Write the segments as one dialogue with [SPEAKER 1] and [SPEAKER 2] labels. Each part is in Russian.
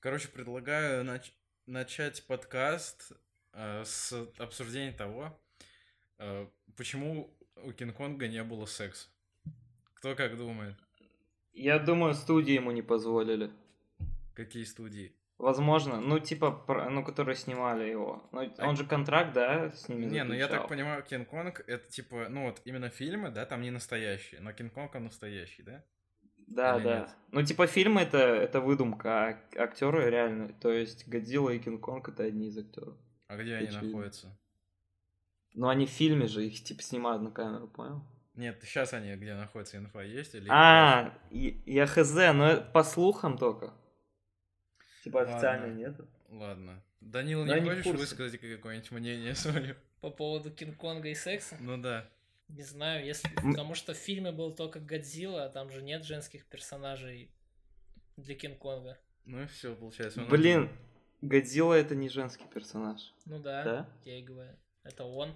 [SPEAKER 1] Короче, предлагаю нач- начать подкаст э, с обсуждения того, э, почему у Кинг-Конга не было секса. Кто как думает?
[SPEAKER 2] Я думаю, студии ему не позволили.
[SPEAKER 1] Какие студии?
[SPEAKER 2] Возможно, ну типа, про- ну которые снимали его. Ну, он же контракт, да, с ними
[SPEAKER 1] А Не, ну я так
[SPEAKER 2] заключал?
[SPEAKER 1] понимаю, Кинг-Конг это типа, ну вот именно фильмы, да, там не настоящие, но Кинг-Конг он настоящий, да?
[SPEAKER 2] Да,
[SPEAKER 1] или
[SPEAKER 2] да.
[SPEAKER 1] нет?
[SPEAKER 2] Ну типа фильмы это, это выдумка, а актеры реально. То есть Годзилла и Кинг-Конг это одни из актеров.
[SPEAKER 1] А где они
[SPEAKER 2] Очевидно.
[SPEAKER 1] находятся?
[SPEAKER 2] Но они в фильме же их типа снимают на камеру, понял?
[SPEAKER 1] Нет, сейчас они где находятся, инфа есть или...
[SPEAKER 2] А, и- я хз, но это по слухам только. Типа
[SPEAKER 1] Ладно.
[SPEAKER 2] официально нету.
[SPEAKER 1] Ладно. Данил,
[SPEAKER 2] Да
[SPEAKER 1] не
[SPEAKER 2] они в
[SPEAKER 1] хочешь
[SPEAKER 2] курсе.
[SPEAKER 1] высказать какое-нибудь мнение свое?
[SPEAKER 3] По поводу Кинг-Конга и секса?
[SPEAKER 1] Ну да.
[SPEAKER 3] Не знаю, если...
[SPEAKER 2] М-
[SPEAKER 3] потому что в фильме был только Годзилла, а там же нет женских персонажей для Кинг-Конга.
[SPEAKER 1] Ну и все, получается. он
[SPEAKER 2] Блин, Годзилла это не женский персонаж.
[SPEAKER 3] Ну да,
[SPEAKER 2] Да?
[SPEAKER 3] я и говорю. Это он.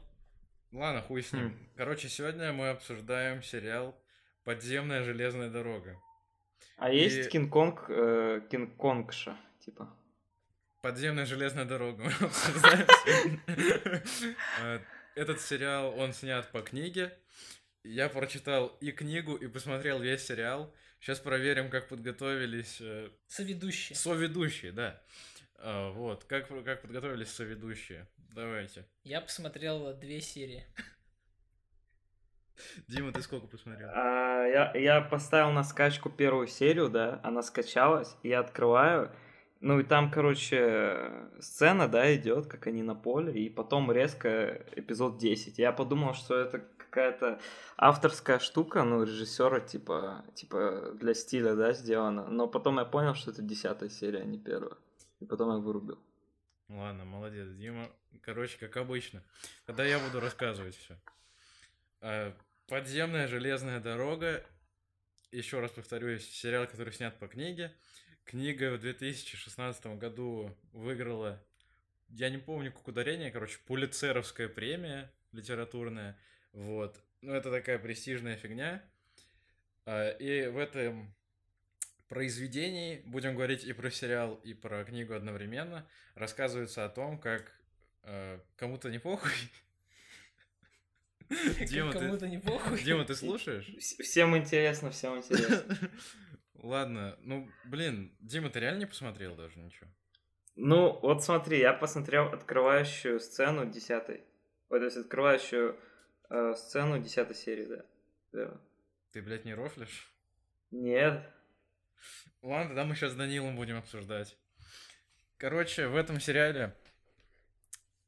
[SPEAKER 1] Ну Ладно, хуй с ним.
[SPEAKER 2] Хм.
[SPEAKER 1] Короче, сегодня мы обсуждаем сериал «Подземная железная дорога».
[SPEAKER 2] А
[SPEAKER 1] И-
[SPEAKER 2] есть Кинг-Конг, э, Кинг-Конгша, типа.
[SPEAKER 1] «Подземная железная дорога» мы обсуждаем сегодня. Э, Этот сериал, он снят по книге. Я прочитал и книгу, и посмотрел весь сериал. Сейчас проверим, как подготовились э,
[SPEAKER 3] Соведущий.
[SPEAKER 1] соведущие, да. Э, Вот, как, как подготовились соведущие. Давайте.
[SPEAKER 3] Я посмотрел две серии.
[SPEAKER 1] Дима, ты сколько посмотрел?
[SPEAKER 2] А, я, я поставил на скачку первую серию, да, она скачалась, и я открываю, ну и там, короче, э, сцена, да, идет, как они на поле, и потом резко эпизод 10. Я подумал, что это какая-то авторская штука, ну, режиссера, типа, типа для стиля, да, сделана. Но потом я понял, что это десятая серия, а не первая. И потом я вырубил.
[SPEAKER 1] Ладно, молодец, Дима. Короче, как обычно. Тогда я буду рассказывать А, все. Подземная железная дорога. Еще раз повторюсь, сериал, который снят по книге. Книга в 2016 году выиграла, я не помню, как ударение, короче, Пулицеровская премия литературная. Вот. Ну, это такая престижная фигня. А, И в этом произведении, будем говорить и про сериал, и про книгу одновременно, рассказывается о том, как э, кому-то не похуй. Дима, ты,
[SPEAKER 3] Кому-то не похуй.
[SPEAKER 1] Дима, ты слушаешь?
[SPEAKER 2] Вс- Всем интересно, всем интересно.
[SPEAKER 1] Ладно, ну, блин, Дима, ты реально не посмотрел даже ничего?
[SPEAKER 2] Ну, вот смотри, я посмотрел открывающую сцену 10. Вот, то есть открывающую э, сцену 10 серии, да. Да.
[SPEAKER 1] Ты, блядь, не рофлишь?
[SPEAKER 2] Нет.
[SPEAKER 1] Ладно, тогда мы сейчас с Данилом будем обсуждать. Короче, в этом сериале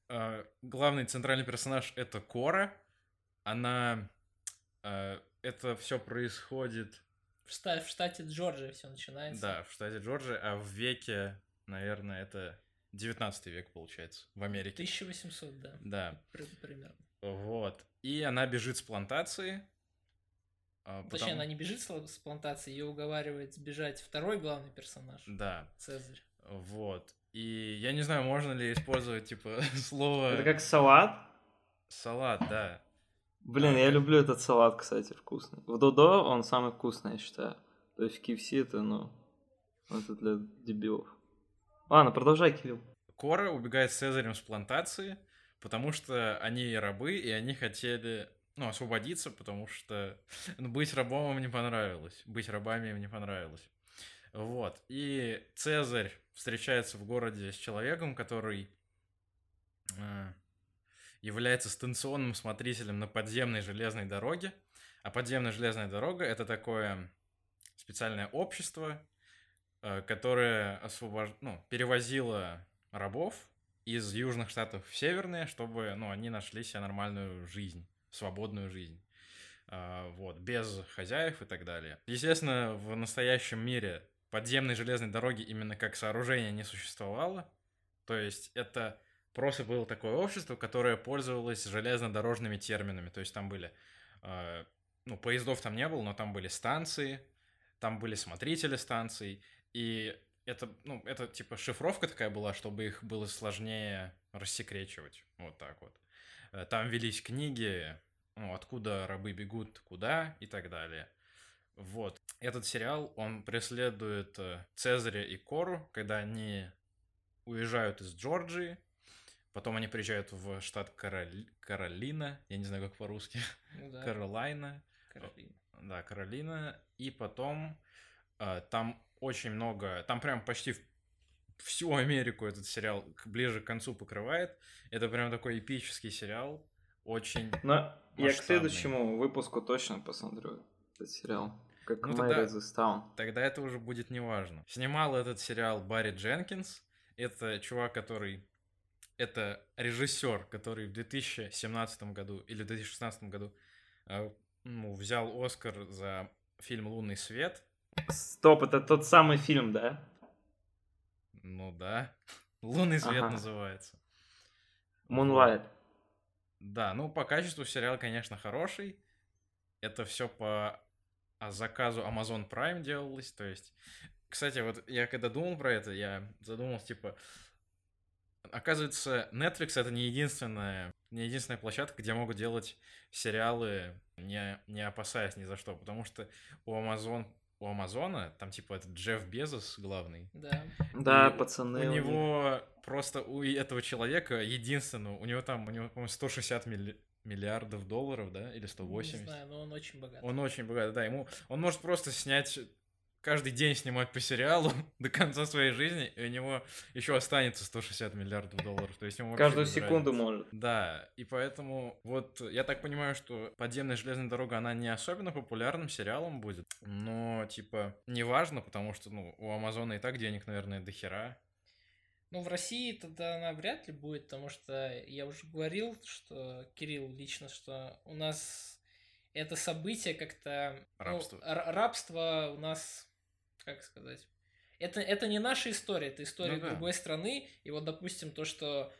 [SPEAKER 1] э, главный центральный персонаж это Кора. Она... э, это все происходит,
[SPEAKER 3] В, ста- в штате Джорджия все начинается.
[SPEAKER 1] да, в штате Джорджия, а в веке, наверное, это 19 век, получается, в Америке.
[SPEAKER 3] 1800, да,
[SPEAKER 1] Да.
[SPEAKER 3] при- примерно.
[SPEAKER 1] А Вот. И она бежит с плантации. а,
[SPEAKER 3] Точнее,
[SPEAKER 1] потому-
[SPEAKER 3] она не бежит с л- с плантации, ее уговаривает сбежать второй главный персонаж,
[SPEAKER 1] Да,
[SPEAKER 3] Цезарь.
[SPEAKER 1] вот. И я не знаю, можно ли использовать, типа, слово
[SPEAKER 2] Это как салат.
[SPEAKER 1] салат, да.
[SPEAKER 2] Блин, я люблю этот салат, кстати, вкусный. В Додо он самый вкусный, я считаю. То есть в KFC это, ну, это для дебилов. Ладно, продолжай, Кирилл.
[SPEAKER 1] Кора убегает с Цезарем с плантации, потому что они рабы, и они хотели, ну, освободиться, потому что ну, быть рабом им не понравилось, быть рабами им не понравилось. Вот. И Цезарь встречается в городе с человеком, который э, является станционным смотрителем на подземной железной дороге. А подземная железная дорога — это такое специальное общество, э, которое освобож... ну, перевозило рабов из южных штатов в северные, чтобы ну, они нашли себе нормальную жизнь, свободную жизнь. А, Вот, без хозяев и так далее. Естественно, в настоящем мире подземной железной дороги именно как сооружение не существовало. То есть это просто было такое общество, которое пользовалось железнодорожными терминами. То есть там были, э, ну, поездов там не было, но там были станции, там были смотрители станций, и это, ну, это типа шифровка такая была, чтобы их было сложнее рассекречивать. Вот так вот. Э, Там велись книги, ну, откуда рабы бегут, куда и так далее. Вот. Этот сериал, он преследует э, Цезаря и Кору, когда они уезжают из Джорджии, потом они приезжают в штат Кароли- Каролина, я не знаю, как по-русски,
[SPEAKER 3] Ну да,
[SPEAKER 1] Каролайна,
[SPEAKER 3] Каролина.
[SPEAKER 1] да, Каролина, и потом э, там очень много, там прям почти в- всю Америку этот сериал к- ближе к концу покрывает. Это прям такой эпический сериал, очень...
[SPEAKER 2] Но я к
[SPEAKER 1] Масштабный.
[SPEAKER 2] следующему выпуску точно посмотрю этот сериал. Как
[SPEAKER 1] Ну,
[SPEAKER 2] Мэри
[SPEAKER 1] тогда-
[SPEAKER 2] This Town.
[SPEAKER 1] Тогда это уже будет неважно. Снимал этот сериал Барри Дженкинс. Это чувак, который... Это режиссер, который в 2017 году или в 2016 году э, ну, взял Оскар за фильм «Лунный свет».
[SPEAKER 2] Стоп, это тот самый фильм, да?
[SPEAKER 1] Ну да. Лунный свет
[SPEAKER 2] Ага.
[SPEAKER 1] называется.
[SPEAKER 2] Moonlight.
[SPEAKER 1] Да, ну по качеству сериал, конечно, хороший. Это все по а, заказу Amazon Prime делалось. То есть, кстати, вот я когда думал про это, я задумался, типа, оказывается, Netflix это не единственная, не единственная площадка, где могут делать сериалы, не, не опасаясь ни за что. Потому что у Amazon, у Амазона, там типа этот Джефф Безос главный,
[SPEAKER 3] Да.
[SPEAKER 2] Да,
[SPEAKER 1] И
[SPEAKER 2] пацаны.
[SPEAKER 1] у
[SPEAKER 2] у них-
[SPEAKER 1] него просто у этого человека единственного, у него там, у него, по-моему, 160 милли- миллиардов долларов, да, или
[SPEAKER 3] Не
[SPEAKER 1] 180.
[SPEAKER 3] знаю, но он очень богат.
[SPEAKER 1] Он очень богат, да, ему, он может просто снять, каждый день снимать по сериалу до конца своей жизни, и у него еще останется 160 миллиардов долларов. То есть ему вообще
[SPEAKER 2] Каждую
[SPEAKER 1] без
[SPEAKER 2] секунду
[SPEAKER 1] разницы.
[SPEAKER 2] может.
[SPEAKER 1] Да, и поэтому вот я так понимаю, что подземная железная дорога, она не особенно популярным сериалом будет, но типа неважно, потому что ну у Амазона и так денег, наверное, до хера.
[SPEAKER 3] Ну, в России тогда она вряд ли будет, потому что я уже говорил, что Кирилл лично, что у нас это событие как-то... ну,
[SPEAKER 1] Рабство.
[SPEAKER 3] р- рабство у нас, как сказать... Это, это не наша история, это история
[SPEAKER 1] Ну да.
[SPEAKER 3] другой страны. И вот, допустим, то, что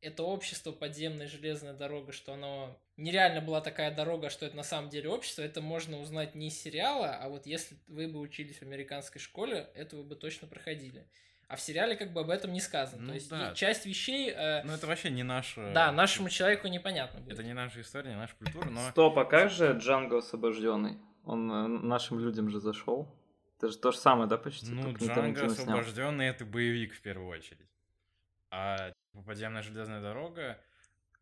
[SPEAKER 3] это общество подземная железная дорога, что оно нереально была такая дорога, что это на самом деле общество, это можно узнать не из сериала, а вот если вы бы учились в американской школе, это вы бы точно проходили. А в сериале как бы об этом не сказано.
[SPEAKER 1] Ну
[SPEAKER 3] То есть
[SPEAKER 1] да.
[SPEAKER 3] и часть вещей, э,
[SPEAKER 1] Но Ну, это вообще не наша...
[SPEAKER 3] да, нашему человеку непонятно будет.
[SPEAKER 1] Это не наша история, не наша культура, но...
[SPEAKER 2] Стоп, а как же Джанго освобожденный? Он э, нашим людям же зашел. Это же то же самое, да, почти?
[SPEAKER 1] Ну,
[SPEAKER 2] Только не
[SPEAKER 1] Джанго
[SPEAKER 2] Тарантино снял.
[SPEAKER 1] освобожденный это боевик в первую очередь. А типа, подземная железная дорога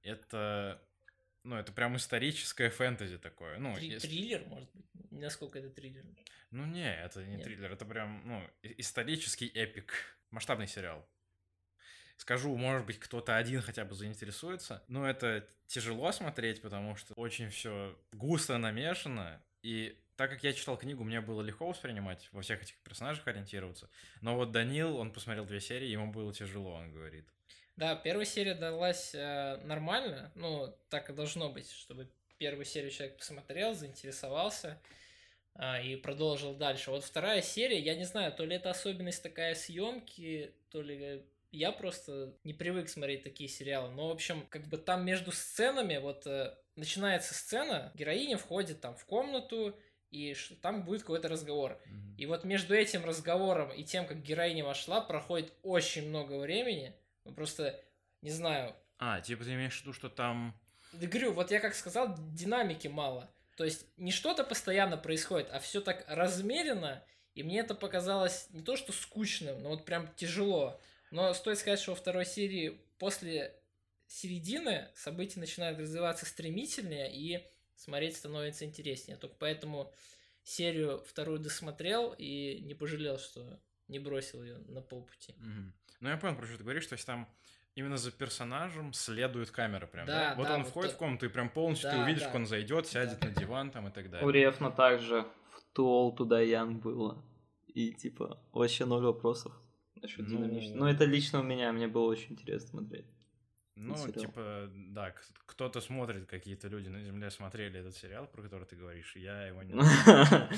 [SPEAKER 1] это... Ну, это прям историческое фэнтези такое. Ну,
[SPEAKER 3] Три-
[SPEAKER 1] если-
[SPEAKER 3] Триллер, может быть. Насколько это триллер?
[SPEAKER 1] Ну не, это не
[SPEAKER 3] Нет.
[SPEAKER 1] триллер, это прям, ну, и- исторический эпик, масштабный сериал. Скажу, может быть, кто-то один хотя бы заинтересуется, но это тяжело смотреть, потому что очень все густо намешано, и так как я читал книгу, мне было легко воспринимать, во всех этих персонажах ориентироваться, но вот Данил, он посмотрел две серии, ему было тяжело, он говорит.
[SPEAKER 3] Да, первая серия далась э, нормально, ну, так и должно быть, чтобы первую серию человек посмотрел, заинтересовался а, и продолжил дальше. Вот вторая серия, я не знаю, то ли это особенность такая съемки, то ли э, я просто не привык смотреть такие сериалы. Но, в общем, как бы там между сценами, вот э, начинается сцена, героиня входит там в комнату, и ш- там будет какой-то разговор. И вот между этим разговором и тем, как героиня вошла, проходит очень много времени. Ну, Просто, не знаю.
[SPEAKER 1] А, типа ты имеешь в виду, что там...
[SPEAKER 3] Да говорю, вот я как сказал, динамики мало. То есть не что-то постоянно происходит, а все так размеренно. И мне это показалось не то что скучным, но вот прям тяжело. Но стоит сказать, что во второй серии после середины события начинают развиваться стремительнее, и смотреть становится интереснее. Только поэтому серию вторую досмотрел и не пожалел, что не бросил ее на полпути.
[SPEAKER 1] Мгм. Ну, я понял, про что ты говоришь, то есть там именно за персонажем следует камера прям, да?
[SPEAKER 3] Да,
[SPEAKER 1] Вот
[SPEAKER 3] да,
[SPEAKER 1] он
[SPEAKER 3] вот
[SPEAKER 1] входит
[SPEAKER 3] то-
[SPEAKER 1] в комнату и прям полностью ты
[SPEAKER 3] Да,
[SPEAKER 1] увидишь,
[SPEAKER 3] да.
[SPEAKER 1] как он зайдет, сядет
[SPEAKER 3] Да.
[SPEAKER 1] на диван там и так далее.
[SPEAKER 2] У Рефна также в Туол туда Янг было. И типа вообще ноль вопросов насчет
[SPEAKER 1] Ну.
[SPEAKER 2] динамичности. Но это лично у меня, мне было очень интересно смотреть.
[SPEAKER 1] Ну,
[SPEAKER 2] сериал.
[SPEAKER 1] типа, да, к- кто-то смотрит, какие-то люди на Земле смотрели этот сериал, про который ты говоришь, и я его не...
[SPEAKER 2] Ну
[SPEAKER 3] тоже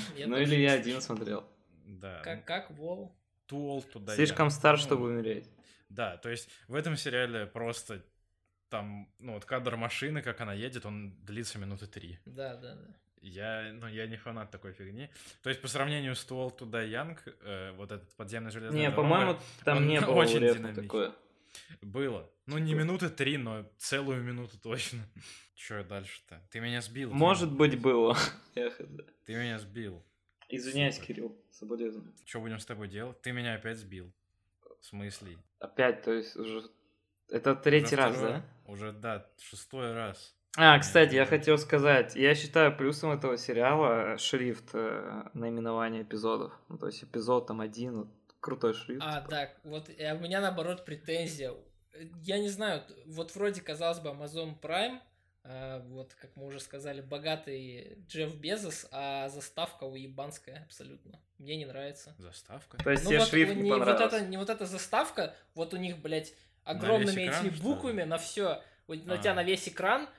[SPEAKER 2] или
[SPEAKER 3] не
[SPEAKER 2] я
[SPEAKER 3] слышал.
[SPEAKER 2] один смотрел.
[SPEAKER 1] Да.
[SPEAKER 3] Как, как Вол?
[SPEAKER 1] Туол туда.
[SPEAKER 2] Слишком стар, чтобы
[SPEAKER 1] вы
[SPEAKER 2] умереть.
[SPEAKER 1] Да, то есть в этом сериале просто там, ну, вот кадр машины, как она едет, он длится минуты три.
[SPEAKER 3] Да, да, да.
[SPEAKER 1] Я, ну, я не фанат такой фигни. То есть по сравнению с Туол туда Янг, э, вот этот подземный железный
[SPEAKER 2] Не, по-моему, там
[SPEAKER 1] он
[SPEAKER 2] не было у
[SPEAKER 1] очень
[SPEAKER 2] Рефна
[SPEAKER 1] динамичный.
[SPEAKER 2] такое.
[SPEAKER 1] было. Ну, не
[SPEAKER 2] Типа-
[SPEAKER 1] минуты три, но целую минуту точно. Че дальше-то? Ты меня сбил. ты
[SPEAKER 2] Может
[SPEAKER 1] меня-
[SPEAKER 2] быть, было. Я хз.
[SPEAKER 1] Ты меня сбил.
[SPEAKER 2] Извиняюсь,
[SPEAKER 1] Супер.
[SPEAKER 2] Кирилл, соболезную.
[SPEAKER 1] Что будем с тобой делать? Ты меня опять сбил. В смысле?
[SPEAKER 2] Опять, то есть уже... Это
[SPEAKER 1] Уже
[SPEAKER 2] третий раз,
[SPEAKER 1] второй-
[SPEAKER 2] да?
[SPEAKER 1] Уже, да, шестой раз.
[SPEAKER 2] А,
[SPEAKER 1] Нет,
[SPEAKER 2] кстати, я
[SPEAKER 1] нет.
[SPEAKER 2] хотел сказать, я считаю плюсом этого сериала э, шрифт э, наименования эпизодов. Ну, то есть эпизод там один, вот, крутой шрифт.
[SPEAKER 3] А,
[SPEAKER 2] типа.
[SPEAKER 3] так, вот э, у меня наоборот претензия. Э, Я не знаю, т- вот вроде, казалось бы, Amazon Prime, э, вот, как мы уже сказали, богатый Джефф Безос, а заставка уебанская абсолютно. Мне не нравится.
[SPEAKER 1] Заставка.
[SPEAKER 2] То есть
[SPEAKER 3] Ну
[SPEAKER 2] тебе
[SPEAKER 3] вот,
[SPEAKER 2] шрифт
[SPEAKER 3] не
[SPEAKER 2] не
[SPEAKER 3] вот
[SPEAKER 2] понравился.
[SPEAKER 3] эта, не вот эта заставка, вот у них, блядь, огромными
[SPEAKER 1] весь экран,
[SPEAKER 3] этими
[SPEAKER 1] что ли?
[SPEAKER 3] буквами на все. На
[SPEAKER 1] А.
[SPEAKER 3] тебя на весь экран,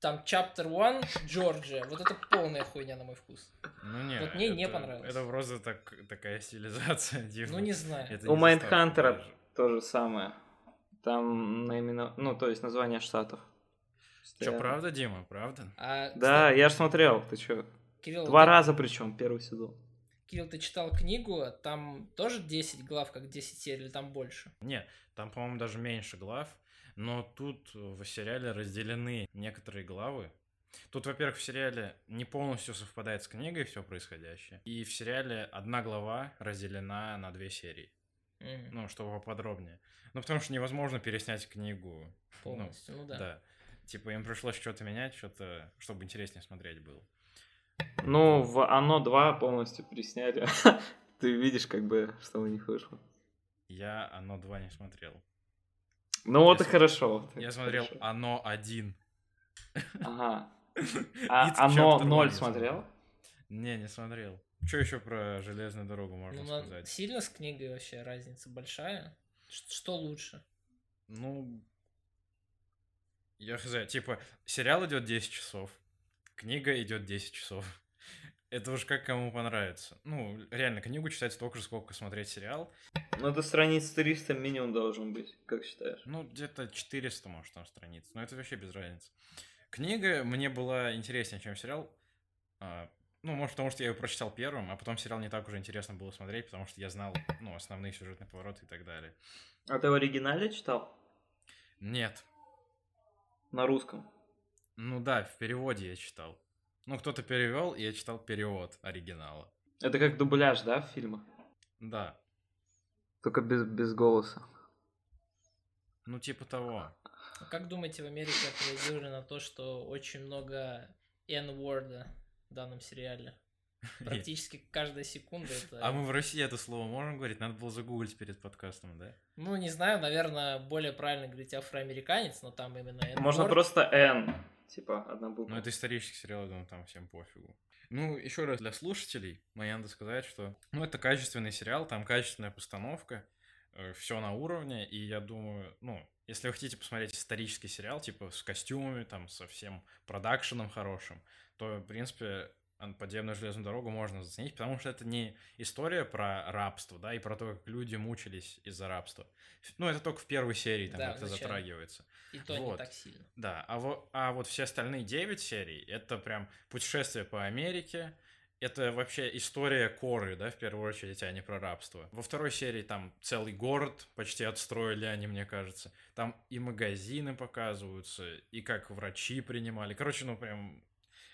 [SPEAKER 3] там Chapter One, Джорджия. Вот это полная хуйня на мой вкус.
[SPEAKER 1] Ну не,
[SPEAKER 3] Вот мне не
[SPEAKER 1] это-
[SPEAKER 3] понравилось.
[SPEAKER 1] Это просто так, такая стилизация
[SPEAKER 3] Ну
[SPEAKER 1] дивная.
[SPEAKER 3] не знаю.
[SPEAKER 1] Это
[SPEAKER 2] У
[SPEAKER 1] не заставка
[SPEAKER 2] Майндхантера
[SPEAKER 1] даже.
[SPEAKER 2] То же самое. Там наименование, ну, то есть название штатов.
[SPEAKER 1] Чё,
[SPEAKER 2] Постоянно.
[SPEAKER 1] правда, Дима, правда?
[SPEAKER 3] А,
[SPEAKER 2] Да,
[SPEAKER 3] кстати, Ну
[SPEAKER 2] я ж смотрел, ты чё.
[SPEAKER 3] Кирилл,
[SPEAKER 2] Два
[SPEAKER 3] ты-
[SPEAKER 2] раза причем первый сезон.
[SPEAKER 3] Кирилл, ты читал книгу, там тоже 10 глав, как 10 серий, или там больше?
[SPEAKER 1] Не, там, по-моему, даже меньше глав, но тут в сериале разделены некоторые главы. Тут, во-первых, в сериале не полностью совпадает с книгой все происходящее, и в сериале одна глава разделена на две серии,
[SPEAKER 3] М,
[SPEAKER 1] ну, чтобы поподробнее. Ну, потому что невозможно переснять книгу. Ну,
[SPEAKER 3] полностью, ну, да.
[SPEAKER 1] да. Типа им пришлось что-то менять, что-то, чтобы интереснее смотреть было.
[SPEAKER 2] Ну, в Оно 2 полностью присняли. Ты видишь, как бы, что у них вышло.
[SPEAKER 1] Я «Оно 2» не смотрел.
[SPEAKER 2] Ну вот и
[SPEAKER 1] см-
[SPEAKER 2] хорошо. вот и
[SPEAKER 1] Я смотрел
[SPEAKER 2] хорошо.
[SPEAKER 1] «Оно 1».
[SPEAKER 2] Ага.
[SPEAKER 1] It's
[SPEAKER 2] А Оно
[SPEAKER 1] chapter
[SPEAKER 2] 0
[SPEAKER 1] one,
[SPEAKER 2] смотрел?
[SPEAKER 1] Не, не смотрел. Что еще про железную дорогу можно
[SPEAKER 3] Ну, на-
[SPEAKER 1] сказать?
[SPEAKER 3] сильно с книгой вообще разница большая? Ш- Что лучше?
[SPEAKER 1] Ну, я хз, типа, сериал идет 10 часов, книга идет 10 часов. Это уж как кому понравится. Ну, реально, книгу читать столько же, сколько смотреть сериал.
[SPEAKER 2] Ну это страниц 300 минимум должен быть, как считаешь?
[SPEAKER 1] Ну, где-то 400, может, там страниц. Но это вообще без разницы. Книга мне была интереснее, чем сериал. А, Ну, может, потому что я ее прочитал первым, а потом сериал не так уже интересно было смотреть, потому что я знал, ну, основные сюжетные повороты и так далее.
[SPEAKER 2] А ты в оригинале читал?
[SPEAKER 1] Нет,
[SPEAKER 2] На русском?
[SPEAKER 1] Ну да, в переводе я читал. Ну, кто-то перевел, и я читал перевод оригинала.
[SPEAKER 2] Это как дубляж, да, в фильмах?
[SPEAKER 1] Да,
[SPEAKER 2] Только без, без голоса.
[SPEAKER 1] ну типа того.
[SPEAKER 3] А Как думаете, в Америке отреагировали на то, что очень много N-ворда в данном сериале? Практически каждая секунда это...
[SPEAKER 1] А мы в России это слово можем говорить? Надо было загуглить перед подкастом, да?
[SPEAKER 3] Ну, не знаю, наверное, более правильно говорить афроамериканец, но там именно N-word.
[SPEAKER 2] Можно просто N. Типа, одна буква.
[SPEAKER 1] Ну, это исторический сериал, я думаю, там всем пофигу. Ну, еще раз для слушателей, мне надо сказать, что, ну, это качественный сериал, там качественная постановка, все на уровне, и я думаю, ну, если вы хотите посмотреть исторический сериал, типа с костюмами, там, со всем продакшеном хорошим, то, в принципе, ан- подземную железную дорогу можно заценить, потому что это не история про рабство, да, и про то, как люди мучились из-за рабства. Ф- Ну, это только в первой серии там
[SPEAKER 3] Да,
[SPEAKER 1] как-то
[SPEAKER 3] вначале.
[SPEAKER 1] затрагивается.
[SPEAKER 3] И то не
[SPEAKER 1] Вот.
[SPEAKER 3] так сильно.
[SPEAKER 1] Да, а вот, а вот все остальные 9 серий это прям путешествие по Америке. Это вообще история коры, да, в первую очередь, а не про рабство. Во второй серии там целый город почти отстроили они, мне кажется. Там и магазины показываются, и как врачи принимали. Короче, ну прям,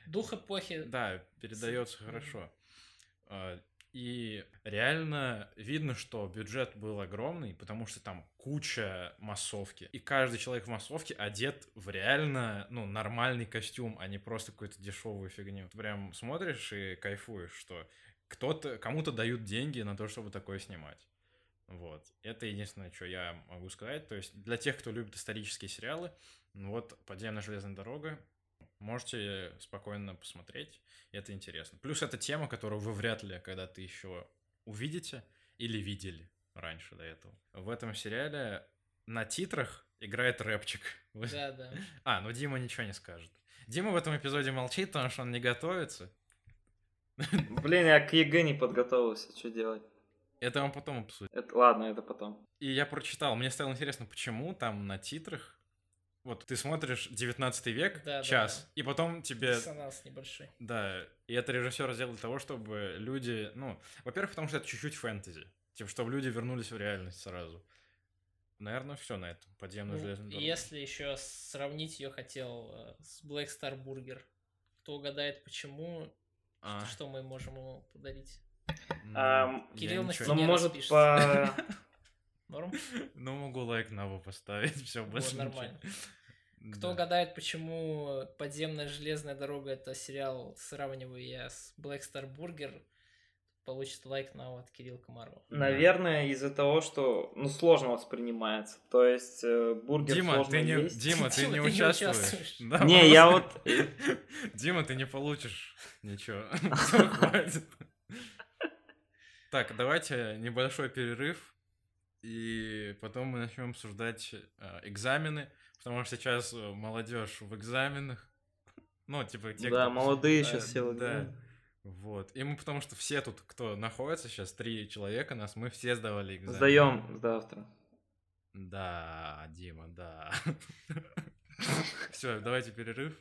[SPEAKER 3] Дух эпохи
[SPEAKER 1] да, передается
[SPEAKER 3] Мгм.
[SPEAKER 1] хорошо. А, И реально видно, что бюджет был огромный, потому что там куча массовки. И каждый человек в массовке одет в реально, ну, нормальный костюм, а не просто какую-то дешевую фигню. Ты прям смотришь и кайфуешь, что кто-то, кому-то дают деньги на то, чтобы такое снимать. Вот. Это единственное, что я могу сказать. То есть для тех, кто любит исторические сериалы, ну вот «Подземная железная дорога», можете спокойно посмотреть. Это интересно. Плюс это тема, которую вы вряд ли когда-то еще увидите или видели раньше до этого. В этом сериале на titrах играет рэпчик. Вы-
[SPEAKER 3] Да, да.
[SPEAKER 1] А, ну Дима ничего не скажет. Дима в этом эпизоде молчит, потому что он не готовится.
[SPEAKER 2] Блин, я к ЕГЭ не подготовился, что делать?
[SPEAKER 1] Это он потом обсудит.
[SPEAKER 2] Это, ладно, это потом.
[SPEAKER 1] И я прочитал, мне стало интересно, почему там на titrах вот ты смотришь 19 век,
[SPEAKER 3] Да, да,
[SPEAKER 1] час,
[SPEAKER 3] да.
[SPEAKER 1] и потом тебе
[SPEAKER 3] Диссонанс небольшой.
[SPEAKER 1] Да, и это режиссер сделал для того, чтобы люди, ну, во-первых, потому что это чуть-чуть фэнтези, типа, чтобы люди вернулись в реальность сразу. Наверное, все на этом. Подземную
[SPEAKER 3] Ну,
[SPEAKER 1] железную дорогу.
[SPEAKER 3] если еще сравнить ее хотел э, с Black Star Burger, кто угадает почему,
[SPEAKER 1] А,
[SPEAKER 3] что мы можем ему подарить?
[SPEAKER 1] Ну,
[SPEAKER 2] Эм,
[SPEAKER 1] я
[SPEAKER 3] Кирилл на
[SPEAKER 1] ничего-
[SPEAKER 2] Ну,
[SPEAKER 3] не
[SPEAKER 2] может, по...
[SPEAKER 3] распишется. Норм?
[SPEAKER 1] Ну, могу лайк на его поставить, все, больше ничего.
[SPEAKER 3] нормально. Кто
[SPEAKER 1] Да.
[SPEAKER 3] угадает, почему подземная железная дорога это сериал, сравниваю я с Black Star Burger, получит лайк на от Кирилла Комарова.
[SPEAKER 2] Наверное, из-за того, что ну, сложно воспринимается. То есть э, бургер
[SPEAKER 1] Дима,
[SPEAKER 2] сложно
[SPEAKER 1] ты не,
[SPEAKER 2] есть.
[SPEAKER 1] Дима, ты
[SPEAKER 3] Дима,
[SPEAKER 1] не
[SPEAKER 3] ты не
[SPEAKER 1] участвуешь.
[SPEAKER 3] участвуешь.
[SPEAKER 1] Да,
[SPEAKER 2] Не, я
[SPEAKER 1] просто-
[SPEAKER 2] вот...
[SPEAKER 1] Дима, ты не получишь ничего. Всё, хватит. Так, давайте небольшой перерыв, и потом мы начнем обсуждать э, экзамены, потому что сейчас э, молодежь в экзаменах. Ну, типа те,
[SPEAKER 2] Да,
[SPEAKER 1] кто-
[SPEAKER 2] молодые
[SPEAKER 1] э,
[SPEAKER 2] сейчас все. вот,
[SPEAKER 1] Да.
[SPEAKER 2] да.
[SPEAKER 1] Вот. И мы потому что все тут, кто находится сейчас, три человека нас, мы все сдавали экзамен.
[SPEAKER 2] Сдаем завтра.
[SPEAKER 1] Да, Дима, да. Все, давайте перерыв.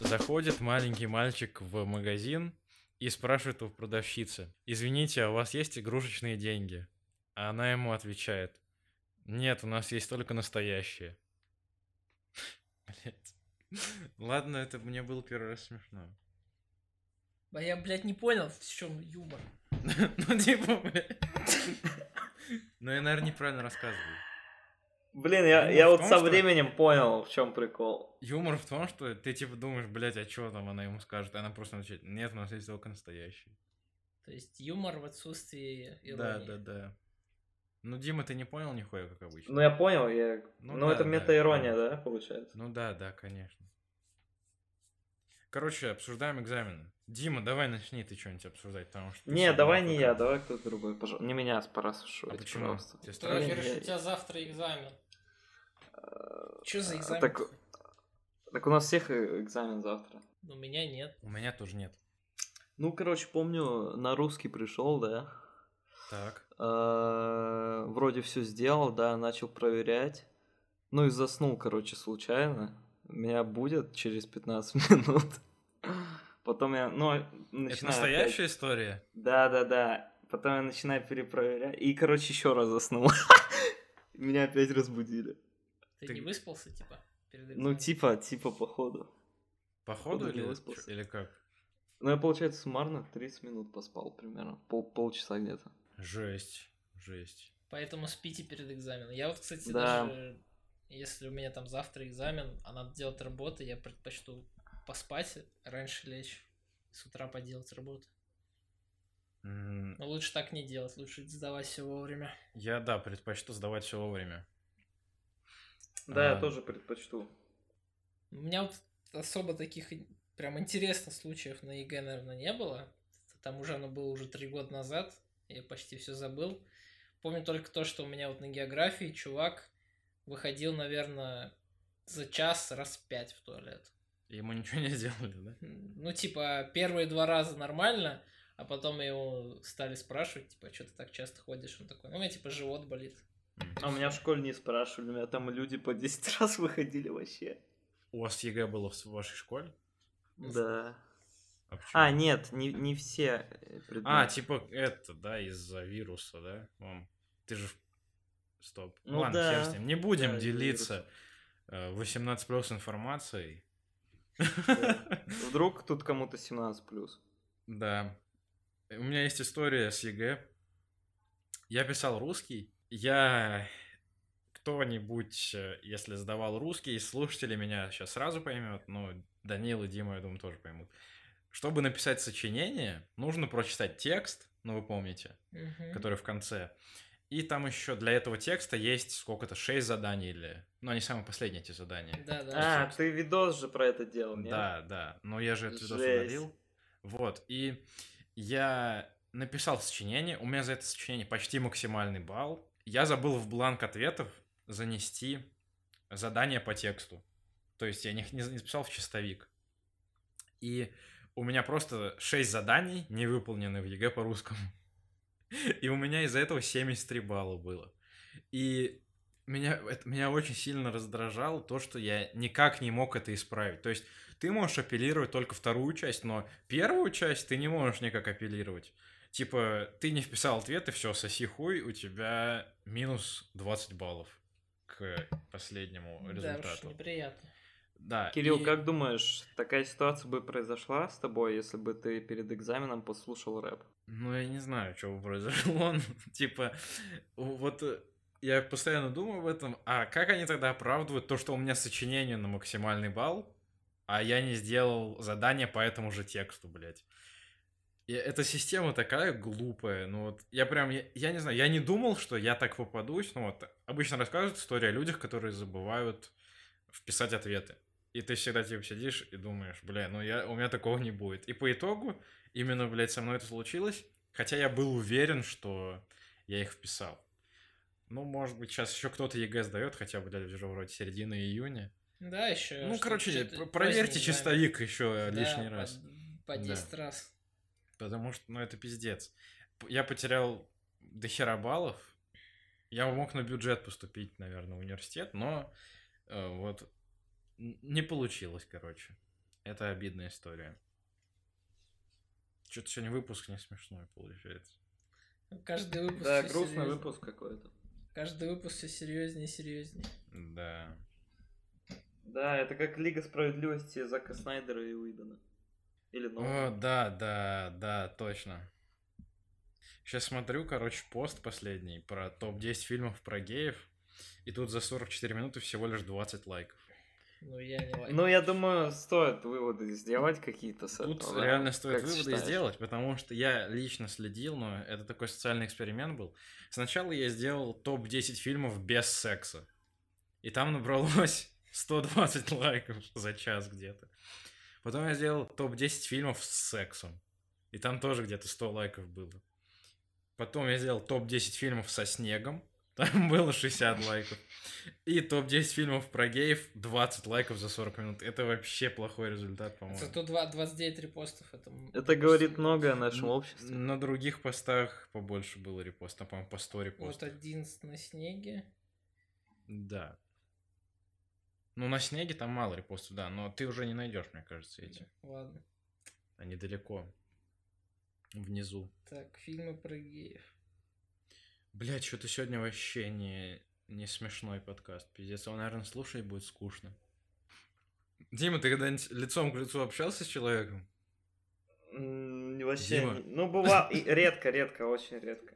[SPEAKER 1] Заходит маленький мальчик в магазин и спрашивает у продавщицы, «Извините, а у вас есть игрушечные деньги?» А она ему отвечает, «Нет, у нас есть только настоящие». Блядь. Ладно, это мне было первый раз смешно.
[SPEAKER 3] А я, блядь, не понял, в чем юмор.
[SPEAKER 1] Ну, типа, блядь. Ну, я, наверное, неправильно рассказываю.
[SPEAKER 2] Блин, я,
[SPEAKER 1] Юмор
[SPEAKER 2] я
[SPEAKER 1] в
[SPEAKER 2] вот
[SPEAKER 1] том,
[SPEAKER 2] со
[SPEAKER 1] что-
[SPEAKER 2] временем понял, в чем прикол.
[SPEAKER 1] Юмор в том, что ты, типа, думаешь, блядь, а чё там она ему скажет? И она просто отвечает, нет, у нас есть только настоящий.
[SPEAKER 3] То есть юмор в отсутствии
[SPEAKER 1] Да,
[SPEAKER 3] иронии.
[SPEAKER 1] да, да. Ну, Дима, ты не понял нихуя, как обычно?
[SPEAKER 2] Ну, я понял, я...
[SPEAKER 1] Ну
[SPEAKER 2] Ну,
[SPEAKER 1] да,
[SPEAKER 2] это
[SPEAKER 1] да,
[SPEAKER 2] мета-ирония,
[SPEAKER 1] конечно.
[SPEAKER 2] да, получается?
[SPEAKER 1] Ну да, да, конечно. Короче, обсуждаем экзамены. Дима, давай начни ты что-нибудь обсуждать, потому что... ты
[SPEAKER 2] Не,
[SPEAKER 1] сегодня
[SPEAKER 2] давай не
[SPEAKER 1] только-
[SPEAKER 2] я, давай кто-то другой, пожалуйста. Не меня пора
[SPEAKER 1] А
[SPEAKER 2] спрашивать,
[SPEAKER 1] почему?
[SPEAKER 2] пожалуйста.
[SPEAKER 1] Тебе
[SPEAKER 3] Ты
[SPEAKER 1] страшно?
[SPEAKER 2] Блин,
[SPEAKER 3] говоришь,
[SPEAKER 2] я-
[SPEAKER 3] у тебя завтра экзамен. Че за экзамен?
[SPEAKER 2] Так, так у нас всех э, экзамен завтра.
[SPEAKER 3] У меня нет.
[SPEAKER 1] У меня тоже нет.
[SPEAKER 2] Ну, короче, помню, на русский пришел, да.
[SPEAKER 1] Так.
[SPEAKER 2] Э, Вроде все сделал, да, начал проверять. Ну и заснул, короче, случайно. Меня будет через 15 минут. Потом я, ну, начинаю
[SPEAKER 1] Это
[SPEAKER 2] опять-
[SPEAKER 1] настоящая история?
[SPEAKER 2] Да, да, да. Потом я начинаю перепроверять. И, короче, еще раз заснул. Меня опять разбудили.
[SPEAKER 3] Ты,
[SPEAKER 1] Ты-
[SPEAKER 3] не выспался, типа? перед
[SPEAKER 2] Ну,
[SPEAKER 3] экзаменом?
[SPEAKER 2] типа, типа, походу.
[SPEAKER 1] Походу
[SPEAKER 2] Походу, не
[SPEAKER 1] или,
[SPEAKER 2] выспался.
[SPEAKER 1] или как?
[SPEAKER 2] Ну, я, получается, суммарно 30 минут поспал примерно. Пол, полчаса где-то.
[SPEAKER 1] Жесть, жесть.
[SPEAKER 3] Поэтому спите перед экзаменом. Я вот, кстати,
[SPEAKER 2] Да.
[SPEAKER 3] даже если у меня там завтра экзамен, а надо делать работу, я предпочту поспать, раньше лечь, с утра поделать работу.
[SPEAKER 1] М,
[SPEAKER 3] Но лучше так не делать, лучше сдавать все вовремя.
[SPEAKER 1] Я, да, предпочту сдавать все вовремя.
[SPEAKER 2] Да,
[SPEAKER 1] А.
[SPEAKER 2] я тоже предпочту.
[SPEAKER 3] У меня вот особо таких и- прям интересных случаев на ЕГЭ, наверное, не было. Там уже оно было уже три года назад, я почти все забыл. Помню только то, что у меня вот на географии чувак выходил, наверное, за час раз пять в туалет.
[SPEAKER 1] Ему ничего не сделали, да?
[SPEAKER 3] Ну, типа, первые два раза нормально, а потом его стали спрашивать, типа, что ты так часто ходишь? Он такой, ну, у меня, типа, живот болит.
[SPEAKER 2] А у меня в школе не спрашивали, у меня там люди по 10 раз выходили вообще.
[SPEAKER 1] У вас ЕГЭ было в вашей школе?
[SPEAKER 2] Да.
[SPEAKER 1] А, почему?
[SPEAKER 2] А, нет, не, не все э, предметы.
[SPEAKER 1] А, типа это, да, из-за вируса, да? Вам- Ты же... в- Стоп.
[SPEAKER 2] Ну
[SPEAKER 1] Ладно,
[SPEAKER 2] да.
[SPEAKER 1] хер с ним. Не будем
[SPEAKER 2] Да, из-за
[SPEAKER 1] делиться э, 18 плюс информацией.
[SPEAKER 2] Да. Вдруг тут кому-то 17 плюс.
[SPEAKER 1] Да. У меня есть история с ЕГЭ. Я писал русский. Я кто-нибудь, э, если сдавал русский, из слушателей меня сейчас сразу поймет, но Данил и Дима, я думаю, тоже поймут. Чтобы написать сочинение, нужно прочитать текст, ну вы помните,
[SPEAKER 3] Мгм.
[SPEAKER 1] который в конце. И там еще для этого текста есть сколько-то, 6 заданий или... Ну, они самые последние эти задания.
[SPEAKER 3] Да, да.
[SPEAKER 2] А, ты видос же про это делал, нет?
[SPEAKER 1] Да, да. Но я же этот видос
[SPEAKER 2] Жесть.
[SPEAKER 1] удалил. Вот. И я написал сочинение. У меня за это сочинение почти максимальный балл. Я забыл в бланк ответов занести задание по тексту. То есть я не, не записал в чистовик. И у меня просто 6 заданий не выполнены в ЕГЭ по русскому. И у меня из-за этого 73 балла было. И меня, это, меня очень сильно раздражало то, что я никак не мог это исправить. То есть ты можешь апеллировать только вторую часть, но первую часть ты не можешь никак апеллировать. Типа, ты не вписал ответ, и все, соси хуй, у тебя минус 20 баллов. к последнему
[SPEAKER 3] Да, уж
[SPEAKER 1] результату.
[SPEAKER 3] неприятно.
[SPEAKER 1] Да,
[SPEAKER 2] Кирилл,
[SPEAKER 1] и-
[SPEAKER 2] как думаешь, такая ситуация бы произошла с тобой, если бы ты перед экзаменом послушал рэп?
[SPEAKER 1] Ну, я не знаю, что бы произошло. Ну, Типа, вот э, я постоянно думаю об этом. А как они тогда оправдывают то, что у меня сочинение на максимальный балл, а я не сделал задание по этому же тексту, блядь? И эта система такая глупая. Ну вот, я прям, я, я не знаю, я не думал, что я так попадусь. Ну вот, обычно рассказывают историю о людях, которые забывают вписать ответы. И ты всегда типа сидишь и думаешь, бля, ну я, у меня такого не будет. И по итогу именно, блядь, со мной это случилось. Хотя я был уверен, что я их вписал. Ну, может быть, сейчас еще кто-то ЕГЭ сдает, хотя, блядь, уже вроде середина июня.
[SPEAKER 3] Да, еще.
[SPEAKER 1] ну, короче, п- проверьте чистовик еще э, лишний раз.
[SPEAKER 3] По
[SPEAKER 1] Да.
[SPEAKER 3] 10 раз.
[SPEAKER 1] Потому что, ну, это пиздец. П- Я потерял дохера баллов. Я мог на бюджет поступить, наверное, в университет, но э, вот н- не получилось, короче. Это обидная история. Что-то сегодня выпуск не смешной получается.
[SPEAKER 3] Каждый выпуск.
[SPEAKER 2] Да,
[SPEAKER 3] всё
[SPEAKER 2] грустный
[SPEAKER 3] серьёз-
[SPEAKER 2] выпуск какой-то.
[SPEAKER 3] Каждый выпуск все серьезнее и серьезнее.
[SPEAKER 1] Да.
[SPEAKER 2] Да, это как Лига справедливости Зака Снайдера и Уидона. Или
[SPEAKER 1] О,
[SPEAKER 2] Нолана.
[SPEAKER 1] да, да, да, точно. Сейчас смотрю, короче, пост последний про топ-10 фильмов про геев. И тут за 44 минуты всего лишь 20 лайков.
[SPEAKER 3] Ну, я не лайк.
[SPEAKER 2] Ну, я думаю, стоит выводы сделать какие-то с
[SPEAKER 1] Тут
[SPEAKER 2] этого, да?
[SPEAKER 1] реально стоит
[SPEAKER 2] Как
[SPEAKER 1] выводы
[SPEAKER 2] считаешь?
[SPEAKER 1] сделать, потому что я лично следил, но это такой социальный эксперимент был. Сначала я сделал топ-10 фильмов без секса. И там набралось 120 лайков за час где-то. Потом я сделал топ-10 фильмов с сексом. И там тоже где-то 100 лайков было. Потом я сделал топ-10 фильмов со снегом. Там было 60 лайков. И топ-10 фильмов про геев 20 лайков за 40 минут. Это вообще плохой результат, по-моему.
[SPEAKER 3] Зато два- 29 репостов этому.
[SPEAKER 2] Это говорит
[SPEAKER 3] много.
[SPEAKER 2] многое о нашем
[SPEAKER 1] Н-
[SPEAKER 2] обществе.
[SPEAKER 1] На других постах побольше было репост, там, по-моему, по 100
[SPEAKER 3] Вот
[SPEAKER 1] репостов.
[SPEAKER 3] 11 на снеге.
[SPEAKER 1] Да. Ну, на снеге там мало репостов, да, но ты уже не найдешь, мне кажется, эти.
[SPEAKER 3] Ладно.
[SPEAKER 1] Они далеко. Внизу.
[SPEAKER 3] Так, фильмы про геев.
[SPEAKER 1] Блять, что-то сегодня вообще не, не смешной подкаст. Пиздец, он, наверное, слушать будет скучно. Дима, ты когда-нибудь лицом к лицу общался с человеком?
[SPEAKER 2] М, Вообще,
[SPEAKER 1] Дима.
[SPEAKER 2] не- ну бывало, и редко, редко, очень редко.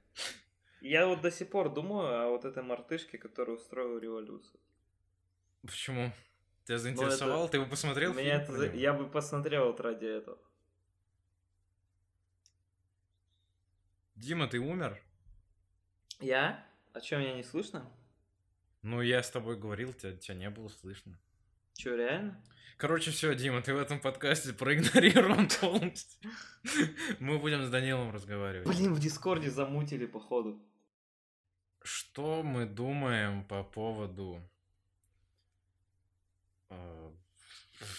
[SPEAKER 2] Я вот до сих пор думаю о вот этой мартышке, которая устроила революцию.
[SPEAKER 1] Почему? Тебя заинтересовал? Ты бы посмотрел
[SPEAKER 2] Ну, Меня
[SPEAKER 1] фильм
[SPEAKER 2] это
[SPEAKER 1] про
[SPEAKER 2] за-
[SPEAKER 1] него?
[SPEAKER 2] Я бы посмотрел вот ради этого.
[SPEAKER 1] Дима, ты умер?
[SPEAKER 2] Я? О чем меня не слышно?
[SPEAKER 1] Ну, я с тобой говорил, тебя, тебя не было слышно.
[SPEAKER 2] Че, реально?
[SPEAKER 1] Короче, все, Дима, ты в этом подкасте проигнорирован полностью. Мы будем с Данилом разговаривать.
[SPEAKER 2] Блин, в Дискорде замутили, походу.
[SPEAKER 1] Что мы думаем по поводу... э,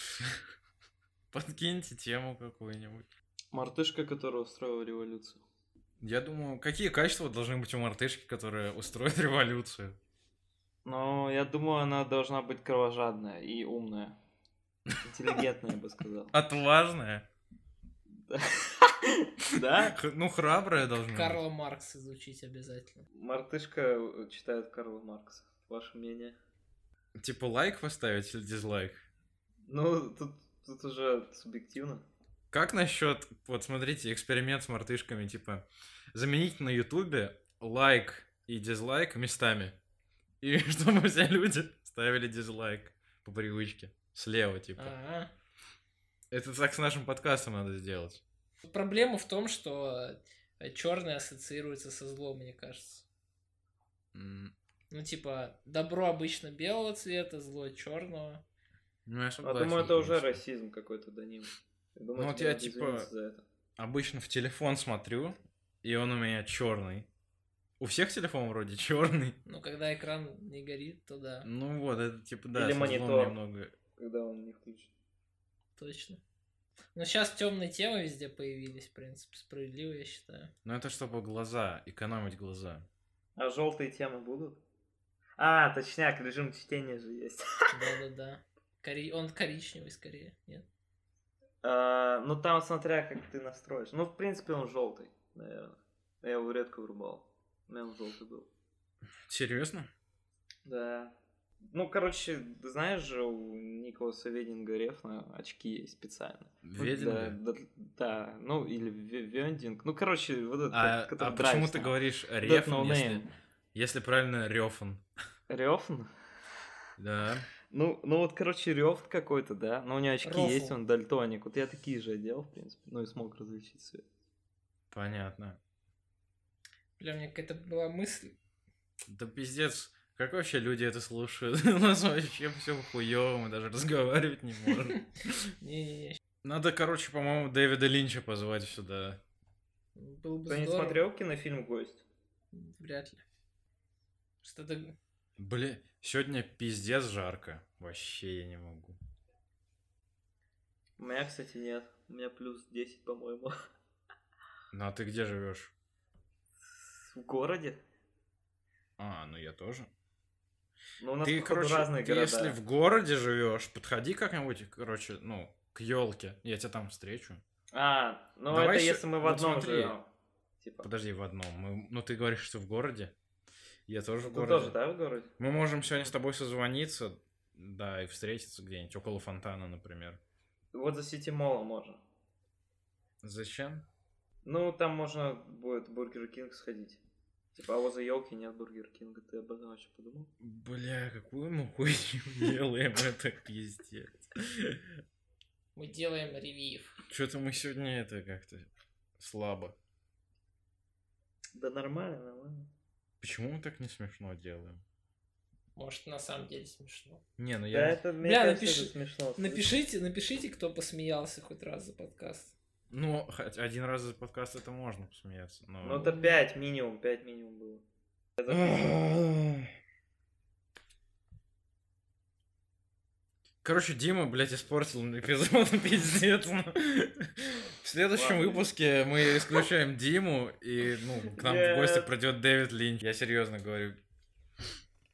[SPEAKER 1] Подкиньте тему какую-нибудь.
[SPEAKER 2] Мартышка, которая устроила революцию.
[SPEAKER 1] Я думаю, какие качества должны быть у мартышки, которая устроит революцию?
[SPEAKER 2] Ну, я думаю, она должна быть кровожадная и умная. Интеллигентная, я бы сказал.
[SPEAKER 1] Отважная?
[SPEAKER 2] Да?
[SPEAKER 1] Х- Ну, храбрая должна быть.
[SPEAKER 3] Карла Маркс изучить обязательно.
[SPEAKER 2] Мартышка э, читает Карла Маркса. Ваше мнение?
[SPEAKER 1] Типа лайк поставить или дизлайк?
[SPEAKER 2] Ну, тут, тут уже субъективно.
[SPEAKER 1] Как насчет, вот смотрите, эксперимент с мартышками, типа, заменить на Ютубе лайк и дизлайк местами. И чтобы все люди ставили дизлайк по привычке. Слева, типа.
[SPEAKER 3] Ага.
[SPEAKER 1] Это так с нашим подкастом надо сделать.
[SPEAKER 3] Проблема в том, что черное ассоциируется со злом, мне кажется.
[SPEAKER 1] М,
[SPEAKER 3] Ну, типа, добро обычно белого цвета, зло черного.
[SPEAKER 1] Ну, я
[SPEAKER 2] Я
[SPEAKER 1] согласен,
[SPEAKER 2] А думаю, это уже
[SPEAKER 1] конечно.
[SPEAKER 2] расизм какой-то, Данил. Я думаю,
[SPEAKER 1] Ну, вот
[SPEAKER 2] тебе
[SPEAKER 1] я,
[SPEAKER 2] надо
[SPEAKER 1] типа,
[SPEAKER 2] извиниться за это.
[SPEAKER 1] Обычно в телефон смотрю, и он у меня черный. У всех телефон вроде черный.
[SPEAKER 3] Ну, когда экран не горит, то да,
[SPEAKER 1] Ну вот, это типа, да,
[SPEAKER 2] Или
[SPEAKER 1] со злом
[SPEAKER 2] монитор.
[SPEAKER 1] немного.
[SPEAKER 2] Когда он не включен.
[SPEAKER 3] точно. Но сейчас темные темы везде появились, в принципе, справедливо, я считаю.
[SPEAKER 1] Но это чтобы глаза, экономить глаза.
[SPEAKER 2] А желтые темы будут? А, точняк, режим чтения же есть.
[SPEAKER 3] Да-да-да. Кори- Он коричневый скорее, нет?
[SPEAKER 2] А, ну там смотря как ты настроишь. Ну, в принципе, он желтый, наверное. Я его редко врубал. У меня он желтый был.
[SPEAKER 1] Серьезно?
[SPEAKER 2] Да. Ну, короче, знаешь же, у Николаса Вединга Рефна очки специально.
[SPEAKER 1] Вединга?
[SPEAKER 2] Да, да, да, ну или Ве- Вендинг. Ну, короче, вот этот,
[SPEAKER 1] А,
[SPEAKER 2] который
[SPEAKER 1] а почему
[SPEAKER 2] драйвс
[SPEAKER 1] ты
[SPEAKER 2] там.
[SPEAKER 1] говоришь
[SPEAKER 2] Вот этот
[SPEAKER 1] Рефн,
[SPEAKER 2] ноунейм.
[SPEAKER 1] если, если правильно Рёфн?
[SPEAKER 2] Рёфн?
[SPEAKER 1] Да.
[SPEAKER 2] Ну, ну вот, короче, рев какой-то, да. Но у него очки
[SPEAKER 3] Рофл.
[SPEAKER 2] есть, он дальтоник. Вот я такие же одел, в принципе. Ну и смог различить цвет.
[SPEAKER 1] Понятно.
[SPEAKER 3] Бля, у меня какая-то была мысль.
[SPEAKER 1] Да пиздец, как вообще люди это слушают? У нас вообще все хуёво, мы даже разговаривать не можем.
[SPEAKER 3] Не-не-не,
[SPEAKER 1] Надо, короче, по-моему, Дэвида Линча позвать сюда.
[SPEAKER 3] было бы
[SPEAKER 2] Ты не
[SPEAKER 3] здорово.
[SPEAKER 2] смотрел кинофильм «Гость»?
[SPEAKER 3] Вряд ли. Что-то...
[SPEAKER 1] Блин, сегодня пиздец жарко. Вообще я не могу.
[SPEAKER 2] У меня, кстати, нет. У меня плюс 10, по-моему.
[SPEAKER 1] Ну а ты где живешь?
[SPEAKER 2] В городе?
[SPEAKER 1] А, ну я тоже.
[SPEAKER 2] Ну, у нас,
[SPEAKER 1] Ты,
[SPEAKER 2] походу,
[SPEAKER 1] короче,
[SPEAKER 2] разные
[SPEAKER 1] ты,
[SPEAKER 2] города.
[SPEAKER 1] если в городе живешь, подходи как-нибудь, короче, ну, к елке. Я тебя там встречу.
[SPEAKER 2] А, ну
[SPEAKER 1] Давай
[SPEAKER 2] это
[SPEAKER 1] щ-
[SPEAKER 2] если мы в
[SPEAKER 1] вот
[SPEAKER 2] одном
[SPEAKER 1] смотри.
[SPEAKER 2] живем. Типа.
[SPEAKER 1] Подожди, в одном. Мы... Ну, ты говоришь, что в городе. Я тоже в
[SPEAKER 2] Ты
[SPEAKER 1] городе.
[SPEAKER 2] Ну, тоже, да, в городе?
[SPEAKER 1] Мы можем сегодня с тобой созвониться, да, и встретиться где-нибудь, около фонтана, например.
[SPEAKER 2] Вот за Сити Молом можно.
[SPEAKER 1] Зачем?
[SPEAKER 2] Ну, там можно будет в Бургер Кинг сходить. Типа, а вот за елки нет Бургер Кинга. Ты об этом вообще подумал?
[SPEAKER 1] Бля, какую мы хуйню делаем, это пиздец.
[SPEAKER 3] Мы делаем ревив.
[SPEAKER 1] Что-то мы сегодня это как-то слабо.
[SPEAKER 2] Да нормально, нормально.
[SPEAKER 1] Почему мы так не смешно делаем?
[SPEAKER 3] Может, на самом деле смешно.
[SPEAKER 1] Не, ну
[SPEAKER 2] Да,
[SPEAKER 1] я...
[SPEAKER 2] это, мне
[SPEAKER 3] Бля,
[SPEAKER 2] кажется,
[SPEAKER 3] напиши-
[SPEAKER 2] это смешно.
[SPEAKER 3] Напишите, напишите, кто посмеялся хоть раз за подкаст.
[SPEAKER 1] Ну, хоть один раз за подкаст это можно посмеяться, но...
[SPEAKER 2] Ну, это 5 минимум, 5 минимум было.
[SPEAKER 1] Ах. Короче, Дима, блядь, испортил мне эпизод, пиздец. ну. В следующем
[SPEAKER 2] Ладно.
[SPEAKER 1] выпуске мы исключаем Диму, и ну, к нам в гости
[SPEAKER 2] Нет.
[SPEAKER 1] придет Дэвид Линч. Я серьезно говорю.